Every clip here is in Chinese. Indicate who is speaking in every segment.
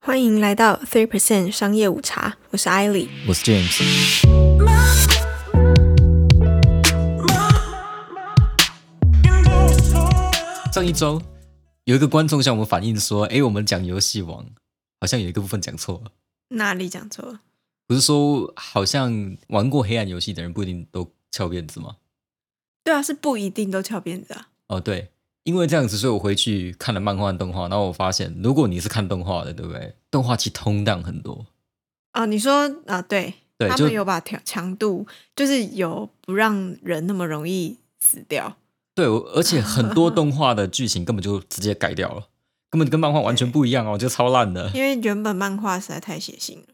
Speaker 1: 欢迎来到 Three Percent 商业午茶，我是艾莉。
Speaker 2: 我是 James。上一周有一个观众向我们反映说：“诶，我们讲游戏王，好像有一个部分讲错了。
Speaker 1: 哪里讲错了？
Speaker 2: 不是说好像玩过黑暗游戏的人不一定都翘辫子吗
Speaker 1: 对啊，是不一定都翘辫子啊。？”
Speaker 2: 哦，对，因为这样子，所以我回去看了漫画和动画，然后我发现，如果你是看动画的，对不对？动画其实通档很多，
Speaker 1: 啊，你说啊，对，
Speaker 2: 对
Speaker 1: 他
Speaker 2: 就
Speaker 1: 们有把强强度，就是有不让人那么容易死掉。
Speaker 2: 对，我而且很多动画的剧情根本就直接改掉了，根本跟漫画完全不一样哦，就超烂的。
Speaker 1: 因为原本漫画实在太血腥了，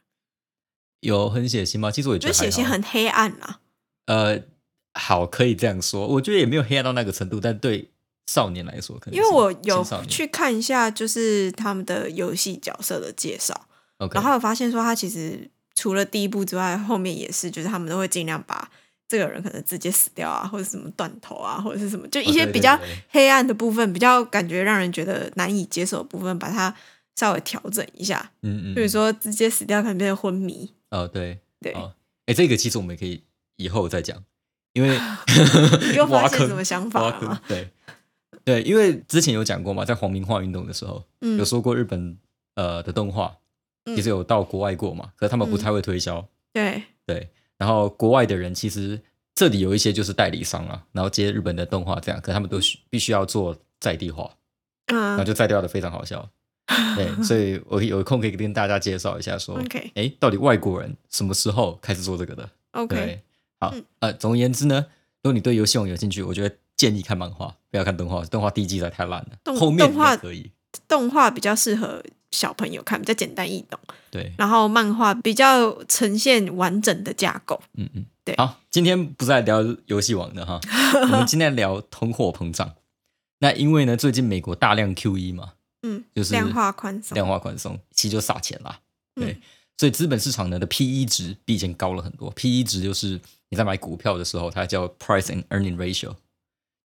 Speaker 2: 有很血腥吗？其实我也
Speaker 1: 就
Speaker 2: 觉得
Speaker 1: 是血
Speaker 2: 还
Speaker 1: 腥
Speaker 2: 好
Speaker 1: 很黑暗啊。
Speaker 2: 呃，好，可以这样说，我觉得也没有黑暗到那个程度，但对少年来说，可能
Speaker 1: 因为
Speaker 2: 是
Speaker 1: 我有
Speaker 2: 青少年
Speaker 1: 去看一下，就是他们的游戏角色的介绍，
Speaker 2: ，OK，
Speaker 1: 然后有发现说，他其实除了第一部之外，后面也是，就是他们都会尽量把这个人可能直接死掉啊，或者什么断头啊，或者是什么，就一些
Speaker 2: 哦对
Speaker 1: 比
Speaker 2: 对
Speaker 1: 较
Speaker 2: 对
Speaker 1: 黑暗的部分，比较感觉让人觉得难以接受的部分，把它稍微调整一下。
Speaker 2: 嗯嗯，
Speaker 1: 比如说，直接死掉可能变成昏迷，
Speaker 2: 哦，对，
Speaker 1: 对，
Speaker 2: 哦，哎，这个其实我们也可以以后再讲，因为
Speaker 1: 你又发
Speaker 2: 挖
Speaker 1: 现
Speaker 2: 坑
Speaker 1: 什么想法
Speaker 2: 挖
Speaker 1: 了
Speaker 2: 坑
Speaker 1: 吗？，
Speaker 2: 对对，因为之前有讲过嘛，在黄明化运动的时候，
Speaker 1: 嗯
Speaker 2: 有，说过日本呃的动画
Speaker 1: 嗯
Speaker 2: 其实有到国外过嘛，可是他们不
Speaker 1: 嗯
Speaker 2: 太会推销，
Speaker 1: 对，
Speaker 2: 对，然后国外的人其实这里有一些就是代理商啊，然后接日本的动画这样，可他们都需必须要做在地化，然后
Speaker 1: 嗯
Speaker 2: 就在地化的非常好笑。对，所以我有空可以跟大家介绍一下说，
Speaker 1: ，OK
Speaker 2: 哎，到底外国人什么时候开始做这个的？
Speaker 1: OK，
Speaker 2: 对，好，
Speaker 1: 嗯
Speaker 2: 呃，总而言之呢，如果你对游戏王有兴趣，我觉得建议看漫画，不要看动画，动画第一季实在太烂了，
Speaker 1: 动
Speaker 2: 后面
Speaker 1: 动画
Speaker 2: 也可以。
Speaker 1: 动画比较适合小朋友看，比较简单易懂。
Speaker 2: 对，
Speaker 1: 然后漫画比较呈现完整的架构。
Speaker 2: 嗯嗯，
Speaker 1: 对
Speaker 2: 好，今天不再聊游戏 王的哈，我们今天聊通货膨胀。那因为呢，最近美国大量 QE 嘛，
Speaker 1: 嗯，
Speaker 2: 就是
Speaker 1: 量化宽松。
Speaker 2: 量化宽松，其实就撒钱啦。对，
Speaker 1: 嗯
Speaker 2: 所以资本市场呢的 P/E 值比以前高了很多。P/E 值就是你在买股票的时候，它叫 Price and Earning Ratio，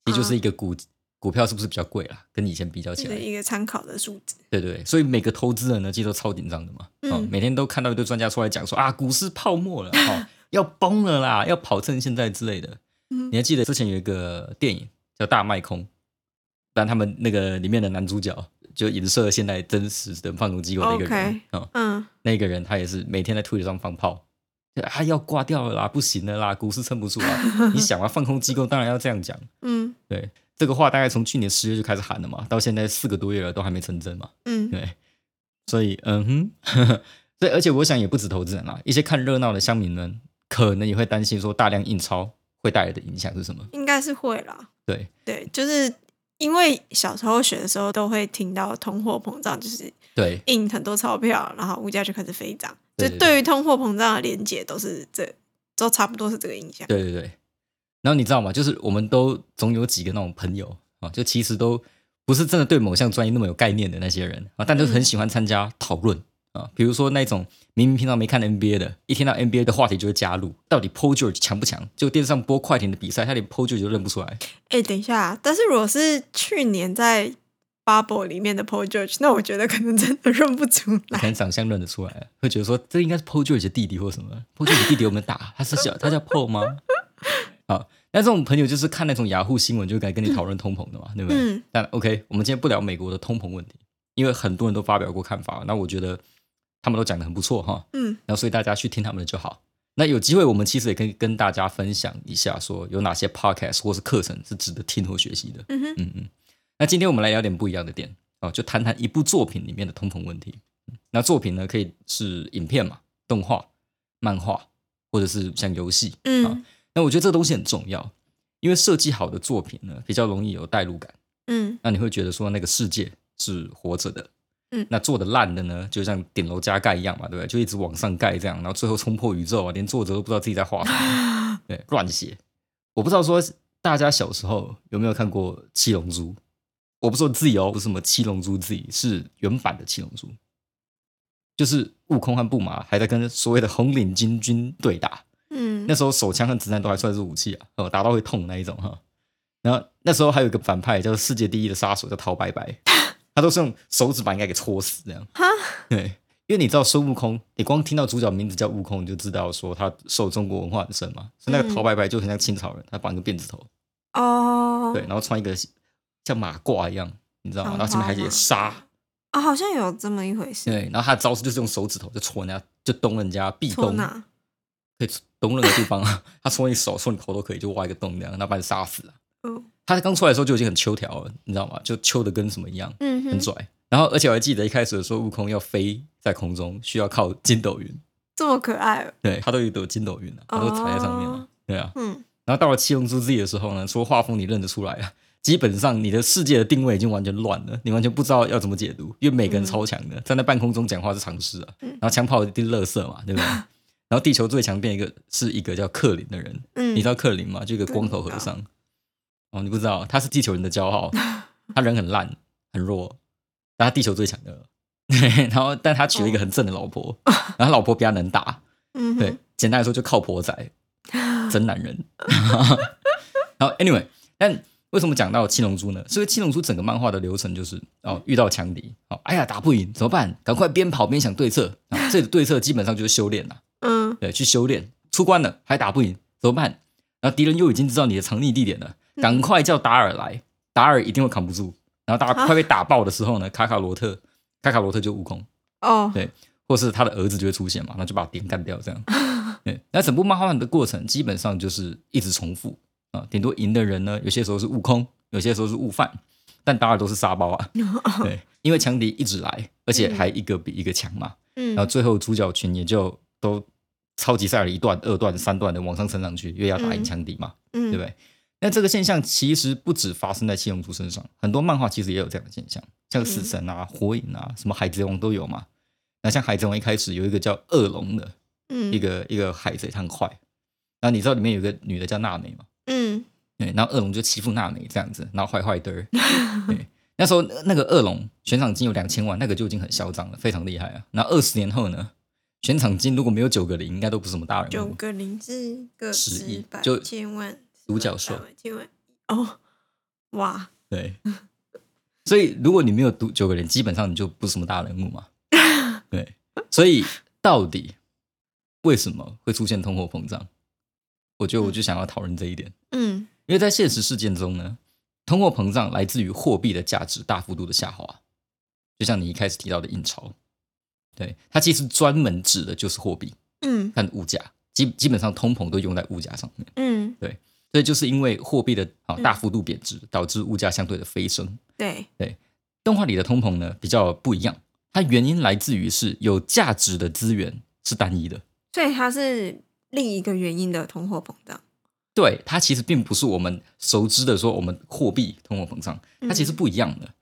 Speaker 2: 其实就是
Speaker 1: 啊
Speaker 2: 一个股、股票是不是比较贵啦，跟以前比较
Speaker 1: 这
Speaker 2: 起来
Speaker 1: 是，一个参考的数值。
Speaker 2: 对对对，所以每个投资人呢，其实都超紧张的嘛，
Speaker 1: 嗯
Speaker 2: 哦，每天都看到一堆专家出来讲说啊，股市泡 沫了，哦，要崩了啦，要跑趁现在之类的。
Speaker 1: 嗯
Speaker 2: 你还记得之前有一个电影叫《大卖空》，但他们那个里面的男主角就影射现在真实的放毒机构的一个人
Speaker 1: OK
Speaker 2: 哦，
Speaker 1: 嗯
Speaker 2: 那个人他也是每天在推特上放炮，就啊要挂掉了啦，不行了啦，股市撑不住 啦。你想啊，放空机构当然要这样讲，
Speaker 1: 嗯
Speaker 2: 对。这个话大概从去年十月就开始喊了嘛，到现在四个多月了都还没成真嘛。
Speaker 1: 嗯
Speaker 2: 对，所以嗯哼， 对，而且我想也不止投资人啦，一些看热闹的乡民们可能也会担心说大量印钞会带来的影响是什么？
Speaker 1: 应该是会啦。
Speaker 2: 对，
Speaker 1: 对，就是因为小时候学的时候都会听到通货膨胀，就是
Speaker 2: 对，
Speaker 1: 印很多钞票，然后物价就开始飞涨。就
Speaker 2: 对对对
Speaker 1: 对于通货膨胀的连结都是这，都差不多是这个印象。
Speaker 2: 对对对。然后你知道吗？就是我们都总有几个那种朋友啊，就其实都不是真的对某项专业那么有概念的那些人啊，但就是很喜欢参加讨论啊。比如说那种明明平常没看 NBA 的，一听到 NBA 的话题就会加入，到底 Paul George 强不强？就电视上播快艇的比赛，他连 Paul George 都认不出来。
Speaker 1: 哎，等一下，但是如果是去年在 Bubble 里面的 Paul George，那我觉得可能真的认不出来
Speaker 2: 可。能长相认得出来，会觉得说这应该是 Paul George 的弟弟或什么。Paul George 的弟弟有没有打？他是叫他叫 Paul 吗？好，那这种朋友就是看那种雅虎新闻就敢跟你讨论通膨的嘛，对不对？
Speaker 1: 嗯
Speaker 2: 但 OK，我们今天不聊美国的通膨问题，因为很多人都发表过看法，那我觉得他们都讲的很不错哈，
Speaker 1: 嗯
Speaker 2: 然后所以大家去听他们的就好。那有机会，我们其实也可以跟大家分享一下，说有哪些 podcast 或是课程是值得听或学习的。
Speaker 1: 嗯哼，
Speaker 2: 嗯嗯，那今天我们来聊点不一样的点哦，就谈谈一部作品里面的通膨问题。嗯那作品呢，可以是影片嘛、动画、漫画，或者是像游戏。
Speaker 1: 嗯
Speaker 2: 好那我觉得这个东西很重要，因为设计好的作品呢，比较容易有代入感。
Speaker 1: 嗯
Speaker 2: 那你会觉得说那个世界是活着的。
Speaker 1: 嗯
Speaker 2: 那做的烂的呢，就像顶楼加盖一样嘛，对不对？就一直往上盖这样，然后最后冲破宇宙啊，连作者都不知道自己在画什么，对，乱写。我不知道说大家小时候有没有看过《七龙珠》，我不是说自己哦，不是什么《七龙珠》自己，是原版的《七龙珠》，就是悟空和布马还在跟所谓的红领巾军对打，
Speaker 1: 嗯
Speaker 2: 那时候手枪和子弹都还算是武器啊，哦，打到会痛那一种哈。然后那时候还有一个反派叫世界第一的杀手叫陶白白，他都是用手指把人家给戳死这样。
Speaker 1: 哈，
Speaker 2: 对，因为你知道孙悟空，你光听到主角名字叫悟空，你就知道说他受中国文化很深嘛。所以那个
Speaker 1: 嗯
Speaker 2: 陶白白就很像清朝人，他绑一个辫子头，
Speaker 1: 哦，
Speaker 2: 对，然后穿一个像马褂一样，你知道吗？
Speaker 1: 长
Speaker 2: 然后前面还
Speaker 1: 袍
Speaker 2: 写
Speaker 1: 嘛
Speaker 2: 沙，
Speaker 1: 啊，好像有这么一回事。
Speaker 2: 对，然后他的招式就是用手指头就戳人家，就咚人家壁
Speaker 1: 戳
Speaker 2: 咚，
Speaker 1: 哪？
Speaker 2: 可以咚任何地方啊， 他戳你手、戳你头都可以，就挖一个洞这样，然后把你杀死啊。
Speaker 1: 嗯
Speaker 2: 他刚出来的时候就已经很秋条了，你知道吗？就秋的跟什么一样，
Speaker 1: 嗯
Speaker 2: 很
Speaker 1: 哼，
Speaker 2: 拽。然后而且我还记得一开始的时候，悟空要飞在空中，需要靠筋斗云，
Speaker 1: 这么可爱哦。
Speaker 2: 对他都有朵筋斗云啊，他都踩在上面了、
Speaker 1: 哦
Speaker 2: 对啊。
Speaker 1: 嗯，
Speaker 2: 然后到了七龙珠 Z 的时候呢，除了画风你认得出来啊，基本上你的世界的定位已经完全乱了，你完全不知道要怎么解读，因为
Speaker 1: 嗯
Speaker 2: 每个人超强的，站在半空中讲话是常识啊。然后枪炮一定乐色嘛，对不对？然后地球最强变一个是一个叫克林的人，
Speaker 1: 嗯
Speaker 2: 你知道克林吗？就一个光头和尚。哦，你不知道，他是地球人的 骄傲，他人很烂很弱，但他地球最强的。 然后，但他娶了一个很正的老婆， 然后他老婆比他能打，
Speaker 1: 哦嗯哼，
Speaker 2: 对，简单来说就靠婆 仔，真男人。 然后，anyway，但为什么讲到七龙珠呢？所以七龙珠整个漫画的流程就是
Speaker 1: 嗯
Speaker 2: 哦，遇到强敌，哦，哎呀打不赢怎么办？赶快边跑边想对策啊、这个对策基本上就是修炼啦，
Speaker 1: 嗯，
Speaker 2: 对，去修炼。出关了还打不赢怎么办？然后敌人又已经知道你的藏匿地点了，赶快叫达尔来，达尔一定会扛不住。然后达尔快被打爆的时候呢，卡卡罗特，卡卡罗特就悟空。
Speaker 1: 哦，
Speaker 2: 对或是他的儿子就会出现嘛，那就把点干掉这样。对，那整部漫画的过程基本上就是一直重复啊，顶多赢的人呢，有些时候是悟空，有些时候是悟饭，但达尔都是沙包啊。对，因为强敌一直来，而且还一个比一个强嘛，然后
Speaker 1: 嗯
Speaker 2: 最后主角群也就都超级赛亚人一段、二段、三段的往上升上去，越要打赢强敌嘛，
Speaker 1: 嗯，
Speaker 2: 对不对？那这个现象其实不止发生在七龙珠身上，很多漫画其实也有这样的现象，像死神啊、火影啊、什么海贼王都有嘛。那像海贼王一开始有一个叫恶龙的
Speaker 1: 嗯，
Speaker 2: 一个、一个海贼，他很坏。那你知道里面有一个女的叫娜美吗？
Speaker 1: 嗯
Speaker 2: 对，然后恶龙就欺负娜美这样子，然后坏坏的儿。对，那时候那个恶龙悬赏金有两千万，那个就已经很嚣张了，非常厉害啊。那二十年后呢，悬赏金如果没有九个零，应该都不是什么大人
Speaker 1: 九
Speaker 2: 物。
Speaker 1: 个零至个
Speaker 2: 十亿
Speaker 1: 百
Speaker 2: 就
Speaker 1: 千万
Speaker 2: 独角兽
Speaker 1: 百万千万哦，哇，
Speaker 2: 对，所以如果你没有读九个人，基本上你就不是什么大人物嘛。对，所以到底为什么会出现通货膨胀？我觉得我就想要讨论这一点，
Speaker 1: 嗯
Speaker 2: 因为在现实事件中呢，通货膨胀来自于货币的价值大幅度的下滑，就像你一开始提到的印钞，对它其实专门指的就是货币
Speaker 1: 嗯
Speaker 2: 和物价，基基本上通膨都用在物价上面。
Speaker 1: 嗯，
Speaker 2: 所以就是因为货币的啊
Speaker 1: 嗯
Speaker 2: 大幅度贬值，导致物价相对的飞升。
Speaker 1: 对，
Speaker 2: 动画里的通膨呢比较不一样，它原因来自于是有价值的资源是单一的，
Speaker 1: 所以它是另一个原因的通货膨胀，
Speaker 2: 对它其实并不是我们熟知的说我们货币通货膨胀，
Speaker 1: 嗯
Speaker 2: 它其实不一样的，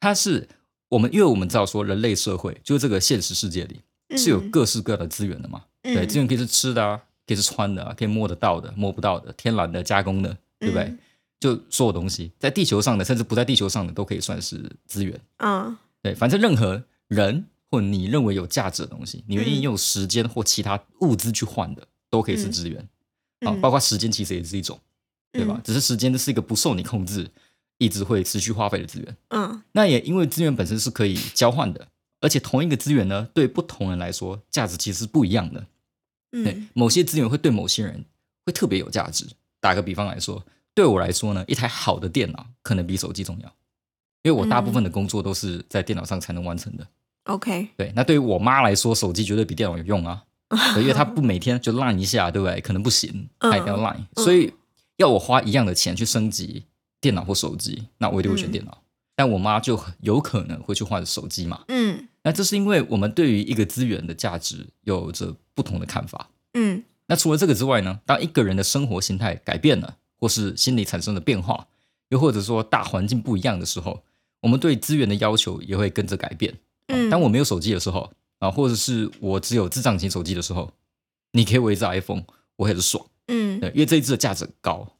Speaker 2: 它是我们因为我们知道说人类社会就是这个现实世界里是有
Speaker 1: 嗯
Speaker 2: 各式各样的资源的嘛，对，
Speaker 1: 嗯
Speaker 2: 资源可以是吃的啊，可以是穿的啊，可以摸得到的、摸不到的、天然的、加工的，对不对？
Speaker 1: 嗯
Speaker 2: 就所有东西，在地球上的，甚至不在地球上的，都可以算是资源。
Speaker 1: 嗯
Speaker 2: 对，反正任何人或你认为有价值的东西，你愿意
Speaker 1: 嗯
Speaker 2: 用时间或其他物资去换的，都可以是
Speaker 1: 嗯
Speaker 2: 资源啊、
Speaker 1: 嗯
Speaker 2: 包括时间其实也是一种，对吧？只是时间是一个不受你控制，一直会持续花费的资源。
Speaker 1: 嗯
Speaker 2: 那也因为资源本身是可以交换的，而且同一个资源呢，对不同人来说价值其实是不一样的。对
Speaker 1: 嗯，
Speaker 2: 某些资源会对某些人会特别有价值。打个比方来说，对我来说呢，一台好的电脑可能比手机重要，因为我大部分的工作都是在电脑上才能完成的。
Speaker 1: ，OK，
Speaker 2: 对，那对于我妈来说，手机绝对比电脑有用 啊，对因为她不每天就 line 一下，对不对？可能不行，她一定要 line，、
Speaker 1: 嗯
Speaker 2: 所以要我花一样的钱去升级电脑或手机，那我一定会
Speaker 1: 嗯
Speaker 2: 选电脑。但我妈就很有可能会去换手机嘛？
Speaker 1: 嗯
Speaker 2: 那这是因为我们对于一个资源的价值有着不同的看法。
Speaker 1: 嗯
Speaker 2: 那除了这个之外呢，当一个人的生活形态改变了，或是心理产生了变化，又或者说大环境不一样的时候，我们对资源的要求也会跟着改变。啊
Speaker 1: 嗯
Speaker 2: 当我没有手机的时候啊，或者是我只有智障型手机的时候，你给我一只 iPhone，我会很爽，
Speaker 1: 嗯
Speaker 2: 对，因为这一只的价值很高。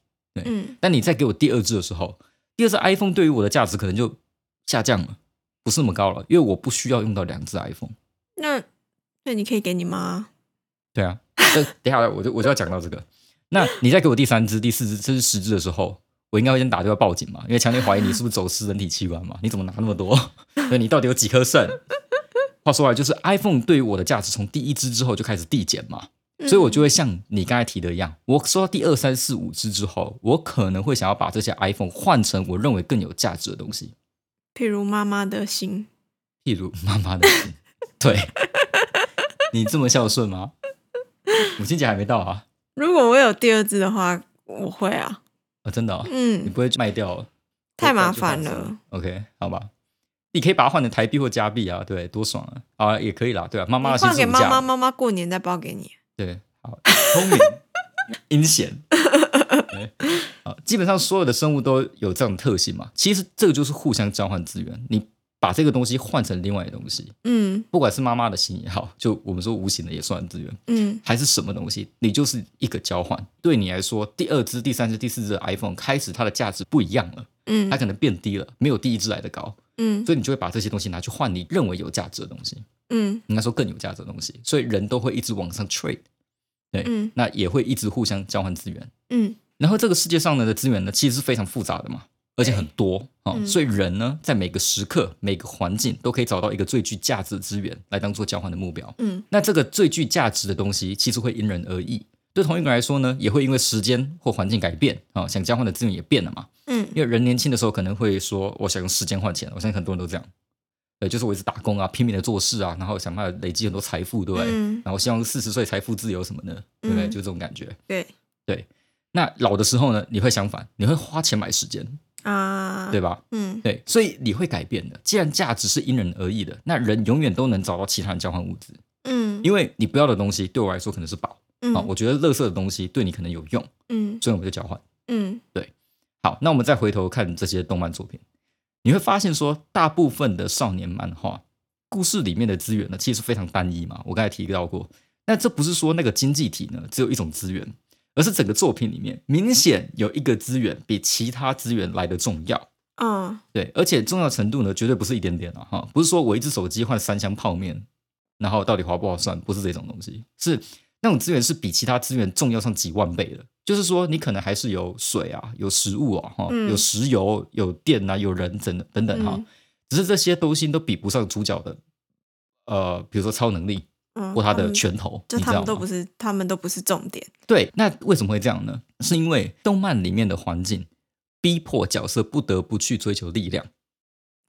Speaker 1: 嗯
Speaker 2: 但你再给我第二只的时候，第二只 iPhone 对于我的价值可能就下降了，不是那么高了，因为我不需要用到两只 iPhone。
Speaker 1: 那那你可以给你妈，
Speaker 2: 对啊，这等一下我就我就要讲到这个。那你再给我第三只、第四只，这是十只的时候，我应该会先打电话报警嘛，因为强烈怀疑你是不是走私人体器官嘛？你怎么拿那么多？对，你到底有几颗肾？话说来，就是 iPhone 对于我的价值从第一支之后就开始递减嘛，
Speaker 1: 嗯
Speaker 2: 所以我就会像你刚才提的一样，我收到第二、三、四、五支之后，我可能会想要把这些 iPhone 换成我认为更有价值的东西，
Speaker 1: 譬如妈妈的心，
Speaker 2: 譬如妈妈的心。对， 你这么孝顺吗？母亲节还没到啊？
Speaker 1: 如果我有第二支的话，我会啊，
Speaker 2: 啊，真的、哦，你
Speaker 1: 嗯，
Speaker 2: 不会卖掉哦？
Speaker 1: 太麻烦了。
Speaker 2: OK，好吧，你可以把它换成台币或加币啊，对，多爽啊！啊，也可以啦，对啊，妈妈的
Speaker 1: 我
Speaker 2: 心
Speaker 1: 放
Speaker 2: 是
Speaker 1: 给
Speaker 2: 无
Speaker 1: 妈
Speaker 2: 价
Speaker 1: 妈，
Speaker 2: 的
Speaker 1: 妈妈过年再包给你。
Speaker 2: 对，好，聪明， 阴险。对好，基本上所有的生物都有这样的特性嘛。其实这个就是互相交换资源，你把这个东西换成另外的东西，
Speaker 1: 嗯
Speaker 2: 不管是妈妈的心也好，就我们说无形的也算资源，
Speaker 1: 嗯
Speaker 2: 还是什么东西，你就是一个交换。对你来说，第二只、第三只、第四只的 iPhone 开始它的价值不一样了，它
Speaker 1: 嗯
Speaker 2: 可能变低了，没有第一只来的高，
Speaker 1: 嗯
Speaker 2: 所以你就会把这些东西拿去换你认为有价值的东西，
Speaker 1: 嗯
Speaker 2: 应该说更有价值的东西。所以人都会一直往上 trade，对，
Speaker 1: 嗯
Speaker 2: 那也会一直互相交换资源。
Speaker 1: 嗯
Speaker 2: 然后这个世界上呢的资源呢，其实是非常复杂的嘛，而且很多哦，
Speaker 1: 嗯
Speaker 2: 所以人呢，在每个时刻、每个环境都可以找到一个最具价值的资源来当做交换的目标。
Speaker 1: 嗯
Speaker 2: 那这个最具价值的东西，其实会因人而异。对同一个人来说呢，也会因为时间或环境改变啊、哦想交换的资源也变了嘛。
Speaker 1: 嗯
Speaker 2: 因为人年轻的时候可能会说，我想用时间换钱，我相信很多人都这样。对，就是我一直打工啊，拼命的做事啊，然后想办法累积很多财富，对不对？
Speaker 1: 嗯，
Speaker 2: 然后希望四十岁财富自由什么的，对不对？
Speaker 1: 嗯
Speaker 2: 就这种感觉。
Speaker 1: 对
Speaker 2: 那老的时候呢，你会相反，你会花钱买时间，
Speaker 1: 啊，
Speaker 2: 对吧？
Speaker 1: 嗯
Speaker 2: 对，所以你会改变的。既然价值是因人而异的，那人永远都能找到其他人交换物资，
Speaker 1: 嗯，
Speaker 2: 因为你不要的东西对我来说可能是宝
Speaker 1: 嗯
Speaker 2: 啊，我觉得垃圾的东西对你可能有用，
Speaker 1: 嗯
Speaker 2: 所以我们就交换。
Speaker 1: 嗯
Speaker 2: 好，那我们再回头看这些动漫作品，你会发现说，大部分的少年漫画故事里面的资源呢，其实非常单一嘛。我刚才提到过，但这不是说那个经济体呢只有一种资源，而是整个作品里面明显有一个资源比其他资源来的重要。
Speaker 1: 嗯
Speaker 2: 对，而且重要程度呢，绝对不是一点点啊！哈，不是说我一只手机换三箱泡面，然后到底划不划算，不是这种东西，是那种资源是比其他资源重要上几万倍的。就是说，你可能还是有水啊，有食物啊，哈，
Speaker 1: 嗯
Speaker 2: 有石油，有电啊，有人等等等等哈
Speaker 1: 嗯，
Speaker 2: 只是这些东西都比不上主角的，呃，比如说超能力
Speaker 1: 嗯，
Speaker 2: 或他的
Speaker 1: 们
Speaker 2: 拳头，
Speaker 1: 就
Speaker 2: 你
Speaker 1: 他
Speaker 2: 知道
Speaker 1: 们都
Speaker 2: 吗
Speaker 1: 不？是，他们都不是重点。
Speaker 2: 对，那为什么会这样呢？是因为动漫里面的环境逼迫角色不得不去追求力量。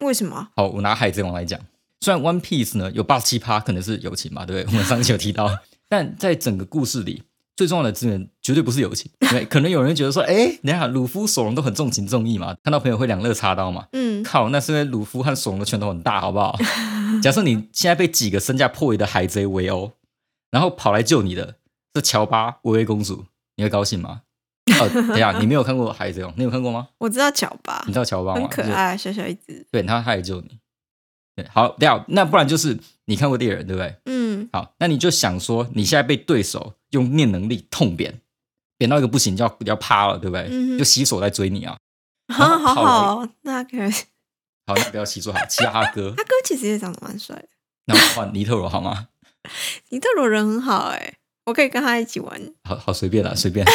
Speaker 1: 为什么？
Speaker 2: 好，我拿海贼王来讲，虽然 One Piece 呢有八十七趴可能是友情嘛，对不对？我们上期有提到，但在整个故事里，最重要的资源绝对不是友情。对，可能有人觉得说，哎，等一下鲁夫、索隆都很重情重义嘛，看到朋友会两肋插刀嘛。
Speaker 1: 嗯
Speaker 2: 靠，那是因为鲁夫和索隆的拳头很大，好不 好？假设你现在被几个身价破亿的海贼围殴，然后跑来救你的是乔巴、薇薇公主，你会高兴吗？哦，等一下，你没有看过《海贼王》，你有看过吗？
Speaker 1: 我知道脚吧
Speaker 2: 你，知道乔巴吗？
Speaker 1: 很可
Speaker 2: 就是
Speaker 1: 爱，小小一只。
Speaker 2: 对，他他也救你。对，好，等一下，那不然就是你看过猎人，对不对？
Speaker 1: 嗯
Speaker 2: 好，那你就想说，你现在被对手用念能力痛扁，扁到一个不行，就要要趴了，对不对？
Speaker 1: 嗯哼
Speaker 2: 就洗手在追你啊。
Speaker 1: 啊，
Speaker 2: 然后
Speaker 1: 好
Speaker 2: 跑来
Speaker 1: 好，那个
Speaker 2: 好，那不要洗手，好，其他哥
Speaker 1: 他，哥其实也长得蛮帅的，
Speaker 2: 那我换尼特罗好吗？
Speaker 1: 尼特罗人很好哎、我可以跟他一起玩。
Speaker 2: 好好随便啦，随便。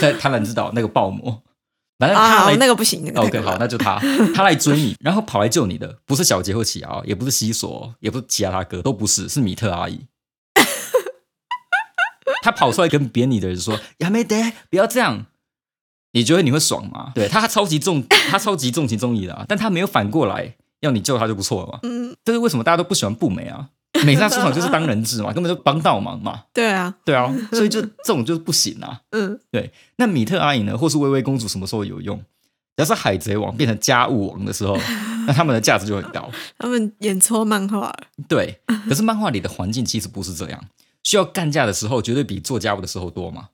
Speaker 2: 在贪婪之岛那个暴魔，反正
Speaker 1: 啊，
Speaker 2: 他
Speaker 1: 好
Speaker 2: 来、
Speaker 1: 那个不行，那个太
Speaker 2: OK，
Speaker 1: 可怕
Speaker 2: 好，那就他，他来追你，然后跑来救你的，不是小杰或奇瑶，也不是西索，也不是其他他哥，都不是，是米特阿姨。 他跑出来跟扁你的人说：“亚美德，不要这样。”你觉得你会爽吗？对他超级重，他超级重情重义的、啊，但他没有反过来要你救他就不错了嘛。
Speaker 1: 嗯，
Speaker 2: 这是为什么大家都不喜欢步美啊？美娜出场就是当人质嘛，根本就帮倒忙嘛。
Speaker 1: 对啊，
Speaker 2: 对啊，所以就这种就是不行啊。
Speaker 1: 嗯
Speaker 2: 那米特阿姨呢，或是薇薇公主什么时候有用？只要是海贼王变成家务王的时候，那他们的价值就很高。
Speaker 1: 他们演错漫画了。
Speaker 2: 对，可是漫画里的环境其实不是这样，需要干架的时候绝对比做家务的时候多嘛。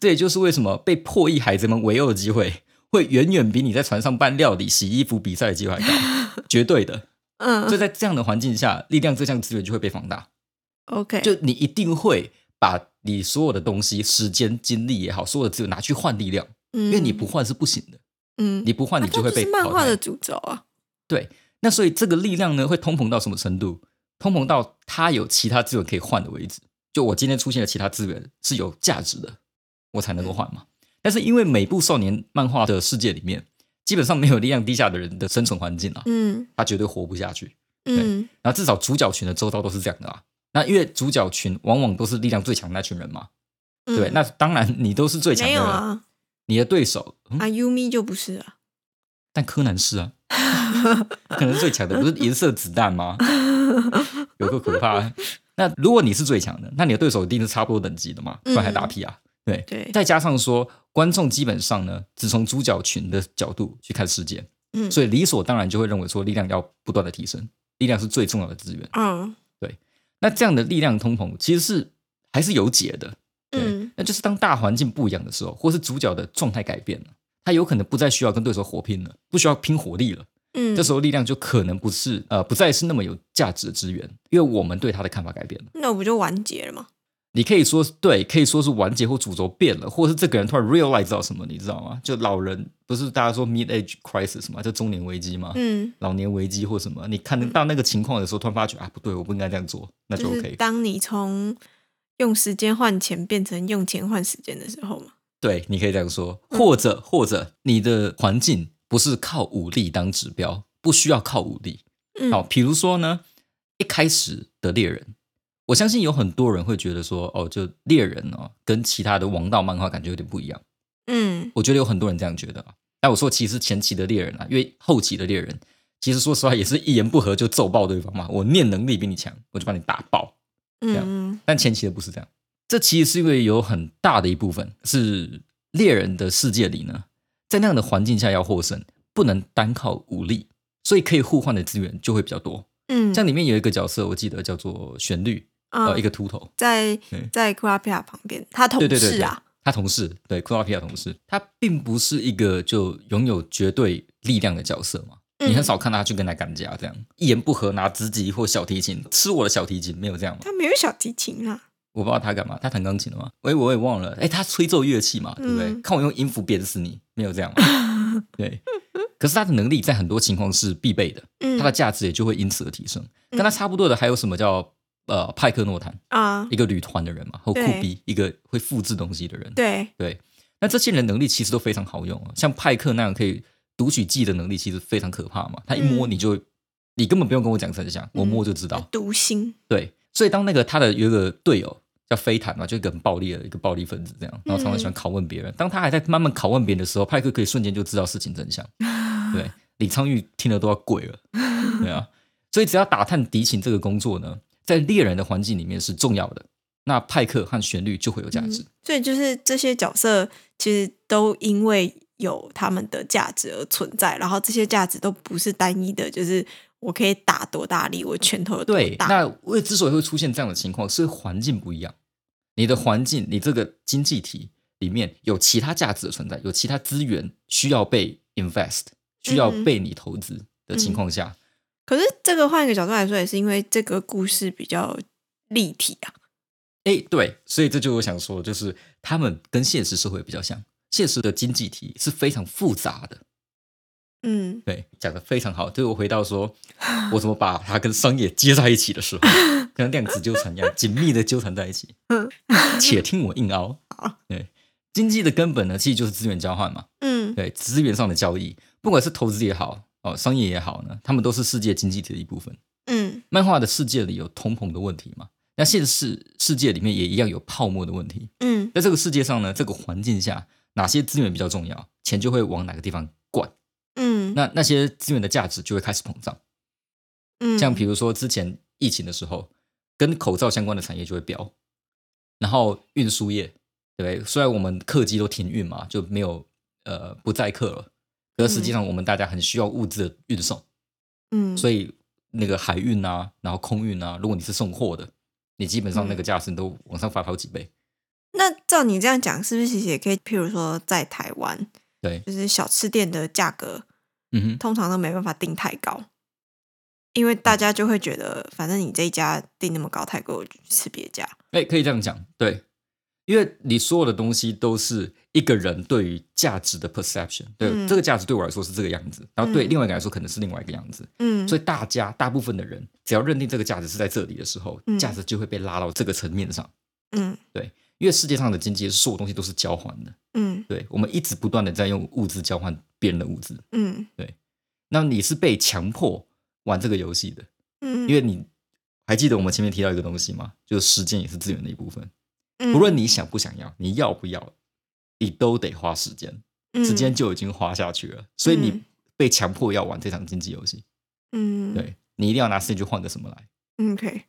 Speaker 2: 这也就是为什么被破译海贼们围殴的机会，会远远比你在船上办料理、洗衣服比赛的机会还高，绝对的。所以
Speaker 1: 嗯
Speaker 2: 在这样的环境下，力量这项资源就会被放大。
Speaker 1: ，OK，
Speaker 2: 就你一定会把你所有的东西、时间、精力也好，所有的资源拿去换力量，
Speaker 1: 因
Speaker 2: 因为你不换是不行的，
Speaker 1: 嗯，
Speaker 2: 你不换你
Speaker 1: 啊这
Speaker 2: 就会被
Speaker 1: 是漫
Speaker 2: 淘
Speaker 1: 画的
Speaker 2: 汰。
Speaker 1: 主轴啊。
Speaker 2: 那所以这个力量呢，会通膨到什么程度？通膨到它有其他资源可以换的为止。就我今天出现的其他资源是有价值的，我才能够换嘛。
Speaker 1: 嗯
Speaker 2: 但是因为每部少年漫画的世界里面，基本上没有力量低下的人的生存环境啊，
Speaker 1: 嗯
Speaker 2: 他绝对活不下去。
Speaker 1: 嗯
Speaker 2: 然后至少主角群的周遭都是这样的啊。那因为主角群往往都是力量最强的那群人嘛，
Speaker 1: 嗯
Speaker 2: 对，那当然你都是最强
Speaker 1: 没
Speaker 2: 的
Speaker 1: 有
Speaker 2: 人，
Speaker 1: 啊，
Speaker 2: 你的对手，嗯
Speaker 1: 啊，Umi 就不是啊，
Speaker 2: 但柯南是啊， 可能是最强的不是银色子 弹吗？有个可怕。那如果你是最强的，那你的对手一定是差不多等级的
Speaker 1: 嗯
Speaker 2: 嘛，不然还打屁啊？对，
Speaker 1: 对，
Speaker 2: 再加上说，观众基本上呢，只从主角群的角度去看世界，
Speaker 1: 嗯
Speaker 2: 所以理所当然就会认为说，力量要不断的提升，力量是最重要的资源。
Speaker 1: 嗯
Speaker 2: 那这样的力量通膨其实是还是有解的，对
Speaker 1: 嗯
Speaker 2: 那就是当大环境不一样的时候，或是主角的状态改变了，他有可能不再需要跟对手火拼了，不需要拼火力了。
Speaker 1: 嗯，
Speaker 2: 这时候力量就可能不是呃不再是那么有价值的资源，因为我们对他的看法改变了。
Speaker 1: 那我不就完结了吗？
Speaker 2: 你可以说是对，可以说是完结或主轴变了，或者是这个人突然 realize 到什么，你知道吗？就老人不是大家说 mid age crisis 嘛，就中年危机嘛，
Speaker 1: 嗯，
Speaker 2: 老年危机或什么。你看到那个情况的时候，突然发觉啊，不对，我不应该这样做，那就
Speaker 1: 就是
Speaker 2: OK。
Speaker 1: 当你从用时间换钱变成用钱换时间的时候嘛，
Speaker 2: 对，你可以这样说，或者或者你的环境不是靠武力当指标，不需要靠武力。
Speaker 1: 嗯
Speaker 2: 好，比如说呢，一开始的猎人，我相信有很多人会觉得说，哦，就猎人哦，跟其他的王道漫画感觉有点不一样。
Speaker 1: 嗯
Speaker 2: 我觉得有很多人这样觉得啊。但我说，其实前期的猎人啊，因为后期的猎人，其实说实话也是一言不合就揍爆对方嘛。我念能力比你强，我就把你打爆。
Speaker 1: 嗯
Speaker 2: 样
Speaker 1: 嗯
Speaker 2: 但前期的不是这样。这其实是因为有很大的一部分是猎人的世界里呢，在那样的环境下要获胜，不能单靠武力，所以可以互换的资源就会比较多。
Speaker 1: 嗯，
Speaker 2: 像里面有一个角色，我记得叫做旋律，
Speaker 1: 啊
Speaker 2: 呃，一个秃头，
Speaker 1: 在
Speaker 2: 对
Speaker 1: 在 k u a p i a 旁边，他同
Speaker 2: 对对对
Speaker 1: 事
Speaker 2: 对
Speaker 1: 啊，，
Speaker 2: 他同事，对库拉皮亚同事，他并不是一个就拥有绝对力量的角色嘛，
Speaker 1: 嗯
Speaker 2: 你很少看到他去跟他干架这样，一言不合拿直击或小提琴吃我的小提琴，没有这样吗？
Speaker 1: 他没有小提琴啦，
Speaker 2: 我不知道他干嘛，他弹钢琴的吗？喂，我也忘了，哎，他吹奏乐器嘛，对不对？
Speaker 1: 嗯
Speaker 2: 看我用音符鞭死你，没有这样嘛？ 对，可是他的能力在很多情况是必备的，
Speaker 1: 嗯
Speaker 2: 他的价值也就会因此而提升。跟他差不多的还有什么叫呃派克诺坦，
Speaker 1: 啊，
Speaker 2: 一个旅团的人嘛，或库
Speaker 1: 对
Speaker 2: 比一个会复制东西的人，
Speaker 1: 对，
Speaker 2: 对，那这些人能力其实都非常好用啊，像派克那样可以读取记忆的能力，其实非常可怕嘛。他一摸
Speaker 1: 嗯
Speaker 2: 你就，你根本不用跟我讲真相，我摸就知道。
Speaker 1: 读心，
Speaker 2: 对，所以当那个他的有一个队友叫飞坦嘛，就一个很暴力的一个暴力分子这样，然后常常喜欢拷问别人。当他还在慢慢拷问别人的时候，派克可以瞬间就知道事情真相。对，李昌钰听了都要跪了。对啊，所以只要打探敌情这个工作呢，在猎人的环境里面是重要的。那派克和旋律就会有价值。
Speaker 1: 嗯所以就是这些角色其实都因为有他们的价值而存在，然后这些价值都不是单一的，就是我可以打多大力，我拳头有多
Speaker 2: 对，
Speaker 1: 大，
Speaker 2: 那为之所以会出现这样的情况，是环境不一样。你的环境，你这个经济体里面有其他价值的存在，有其他资源需要被 invest，需要
Speaker 1: 嗯
Speaker 2: 被你投资的情况下，
Speaker 1: 可是这个换一个角度来说，也是因为这个故事比较立体啊，
Speaker 2: 哎、对，所以这就我想说，就是他们跟现实社会比较像，现实的经济体是非常复杂的。
Speaker 1: 嗯，
Speaker 2: 对，讲的非常好。就是我回到说， 我怎么把它跟商业接在一起的时候， 跟量子纠缠一样紧密的纠缠在一起。
Speaker 1: 嗯，
Speaker 2: 且听我硬凹。对，经济的根本呢，其实就是资源交换嘛。
Speaker 1: 嗯
Speaker 2: 对，资源上的交易，不管是投资也好，哦，商业也好呢，他们都是世界经济体的一部分。
Speaker 1: 嗯
Speaker 2: 漫画的世界里有通膨的问题嘛，那现实世界里面也一样有泡沫的问题。
Speaker 1: 嗯
Speaker 2: 在这个世界上呢，这个环境下，哪些资源比较重要，钱就会往哪个地方灌。
Speaker 1: 嗯，
Speaker 2: 那那些资源的价值就会开始膨胀。
Speaker 1: 嗯
Speaker 2: 像比如说之前疫情的时候，跟口罩相关的产业就会飙，然后运输业，对不对？虽然我们客机都停运嘛，就没有呃不载客了，可是实际上我们大家很需要物资的运送，
Speaker 1: 嗯，
Speaker 2: 所以那个海运啊，然后空运啊，如果你是送货的，你基本
Speaker 1: 嗯
Speaker 2: 上那个价值都往上翻好几倍。
Speaker 1: 那照你这样讲，是不是其实也可以，譬如说在台湾，
Speaker 2: 对，
Speaker 1: 就是小吃店的价格
Speaker 2: 嗯哼，
Speaker 1: 通常都没办法定太高，因为大家就会觉得，反正你这一家定那么高太贵，我就去吃别家。
Speaker 2: 哎，可以这样讲，对。因为你所有的东西都是一个人对于价值的 perception，对、
Speaker 1: 嗯
Speaker 2: 这个价值对我来说是这个样子，然后对
Speaker 1: 嗯
Speaker 2: 另外一个来说可能是另外一个样子。
Speaker 1: 嗯，
Speaker 2: 所
Speaker 1: 以
Speaker 2: 以大家大部分的人，只要认定这个价值是在这里的时候
Speaker 1: 嗯，
Speaker 2: 价值就会被拉到这个层面上。
Speaker 1: 嗯
Speaker 2: 因为世界上的经济，所有东西都是交换的，
Speaker 1: 嗯
Speaker 2: 对我们一直不断的在用物质交换别人的物质。
Speaker 1: 嗯
Speaker 2: 那你是被强迫玩这个游戏的，
Speaker 1: 嗯，
Speaker 2: 因为你还记得我们前面提到一个东西吗？就是时间也是资源的一部分，
Speaker 1: 为
Speaker 2: 不论你想不想要，你要不要，你都得花时间，时间，就已经花下去了，所以你
Speaker 1: 嗯
Speaker 2: 被强迫要玩这场竞技游戏，
Speaker 1: 嗯，嗯，
Speaker 2: 对你一定要拿时间去换个什么来。
Speaker 1: 嗯，OK，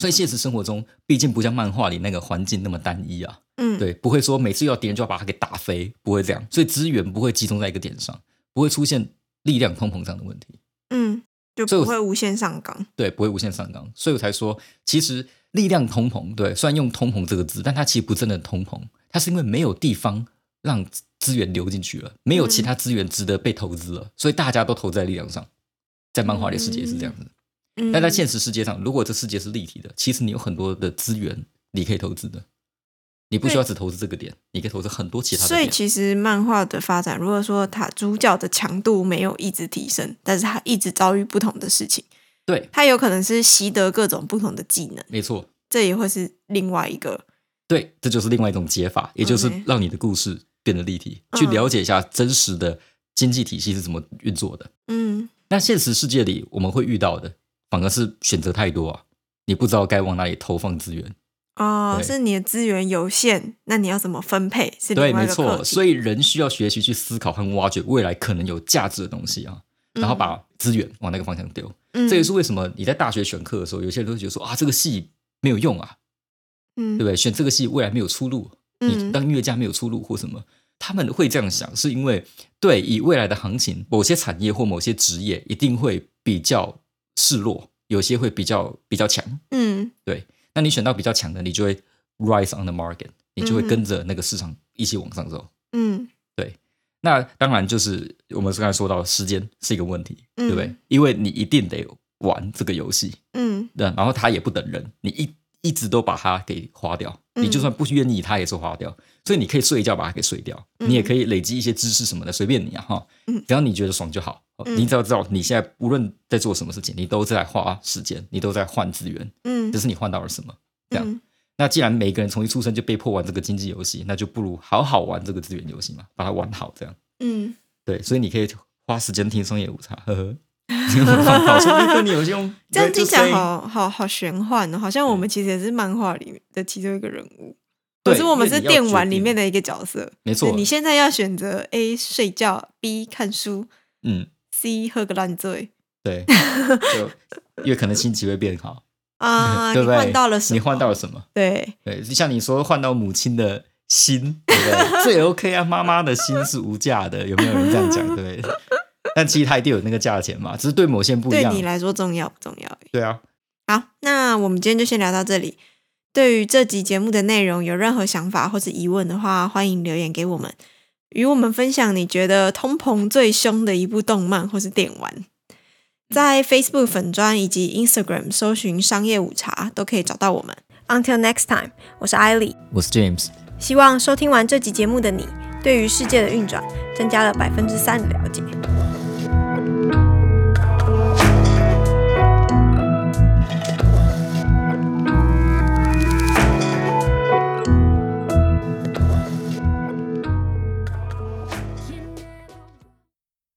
Speaker 2: 所以现实生活中，毕竟不像漫画里那个环境那么单一啊，
Speaker 1: 嗯，，
Speaker 2: 对，不会说每次要敌人就要把它给打飞，不会这样，所以资源不会集中在一个点上，不会出现力量通膨胀的问题。
Speaker 1: 嗯，就
Speaker 2: 所以
Speaker 1: 不
Speaker 2: 我
Speaker 1: 会无限上纲，
Speaker 2: 对，不会无限上纲，所以我才说，其实力量通膨，对，虽然用通膨这个字，但它其实不真的通膨，它是因为没有地方让资源流进去了，没有
Speaker 1: 嗯
Speaker 2: 其他资源值得被投资了，所以大家都投在力量上。在漫画里世界是这样子，
Speaker 1: 嗯，
Speaker 2: 但在现实世界上，如果这世界是立体的，其实你有很多的资源你可以投资的，你不需要只投资这个点，你可以投资很多其他的
Speaker 1: 所以
Speaker 2: 点。
Speaker 1: 其实漫画的发展，如果说它主角的强度没有一直提升，但是他一直遭遇不同的事情，
Speaker 2: 对，
Speaker 1: 他有可能是习得各种不同的技能，
Speaker 2: 没错，
Speaker 1: 这也会是另外一个，
Speaker 2: 对，这就是另外一种解法，也就是
Speaker 1: OK
Speaker 2: 让你的故事变得立体，
Speaker 1: 嗯
Speaker 2: 去了解一下真实的经济体系是怎么运作的。
Speaker 1: 嗯
Speaker 2: 那现实世界里我们会遇到的，反而是选择太多啊，你不知道该往哪里投放资源。
Speaker 1: 哦，
Speaker 2: 对
Speaker 1: 是你的资源有限，那你要怎么分配是
Speaker 2: 对，
Speaker 1: 另外
Speaker 2: 没
Speaker 1: 一个课题，
Speaker 2: 错，所以人需要学习去思考和挖掘未来可能有价值的东西啊，
Speaker 1: 嗯
Speaker 2: 然后把资源往那个方向丢。
Speaker 1: 嗯
Speaker 2: 这也是为什么你在大学选课的时候，有些人都会觉得说啊，这个系没有用啊，
Speaker 1: 嗯
Speaker 2: 对不对？选这个系未来没有出路，啊你
Speaker 1: 嗯
Speaker 2: 当音乐家没有出路或什么，他们会这样想，是因为对以未来的行情，某些产业或某些职业一定会比较示弱，有些会比较比较强。
Speaker 1: 嗯
Speaker 2: 对，那你选到比较强的，你就会 rise on the market，你就
Speaker 1: 嗯
Speaker 2: 会
Speaker 1: 哼
Speaker 2: 跟着那个市场一起往上走。
Speaker 1: 嗯
Speaker 2: 那当然就是我们刚才说到，时间是一个问题，
Speaker 1: 嗯
Speaker 2: 对不对？因为你一定得玩这个游戏，
Speaker 1: 嗯
Speaker 2: 对，然后他也不等人，你一一直都把它给花掉，
Speaker 1: 嗯
Speaker 2: 你就算不愿意，它也是花掉，所以你可以睡一觉把它给睡掉，
Speaker 1: 嗯
Speaker 2: 你也可以累积一些知识什么的，随便你啊哈
Speaker 1: 嗯，
Speaker 2: 只要你觉得爽就好。哦
Speaker 1: 嗯
Speaker 2: 你只要知道你现在无论在做什么事情，你都在花时间，你都在换资源，
Speaker 1: 嗯，
Speaker 2: 只
Speaker 1: 是
Speaker 2: 是你换到了什么。这样那既然每个人从一出生就被迫玩这个经济游戏，那就不如好好玩这个资源游戏嘛，把它玩好这样。
Speaker 1: 嗯
Speaker 2: 对，所以你可以花时间听松野无差，呵呵，放好说不定对你有用。
Speaker 1: 这样
Speaker 2: 对
Speaker 1: 听
Speaker 2: 就
Speaker 1: 起来
Speaker 2: 声音
Speaker 1: 好好好玄幻哦，好像我们其实也是漫画里面的其中一个人物，
Speaker 2: 对
Speaker 1: 可是我们是
Speaker 2: 因为你要
Speaker 1: 电玩里
Speaker 2: 决定
Speaker 1: 面的一个角色。
Speaker 2: 没
Speaker 1: 对
Speaker 2: 错，
Speaker 1: 你现在要选择 A 睡觉，B 看书
Speaker 2: 嗯，
Speaker 1: ，C 喝个烂醉
Speaker 2: 对，就因为可能心情会变好，
Speaker 1: 啊！
Speaker 2: 对
Speaker 1: 你
Speaker 2: 不对？
Speaker 1: 换到了什么？
Speaker 2: 你换到了什么？
Speaker 1: 对，
Speaker 2: 对，就像你说换到母亲的心，对不 对？这也 OK 啊，妈妈的心是无价的，有没有人这样讲？对不对，但其实它一定有那个价钱嘛，只是对某些人不一
Speaker 1: 对
Speaker 2: 样
Speaker 1: 你。来说重要不重要而已？
Speaker 2: 对啊，
Speaker 1: 好，那我们今天就先聊到这里。对于这集节目的内容有任何想法或是疑问的话，欢迎留言给我们，与我们分享你觉得通膨最凶的一部动漫或是电玩。在 Facebook 粉专以及 Instagram 搜寻“商业午茶”都可以找到我们。Until next time，我是艾莉。
Speaker 2: 我是 James，
Speaker 1: 希望收听完这集节目的你，对于世界的运转增加了百分之三的了解。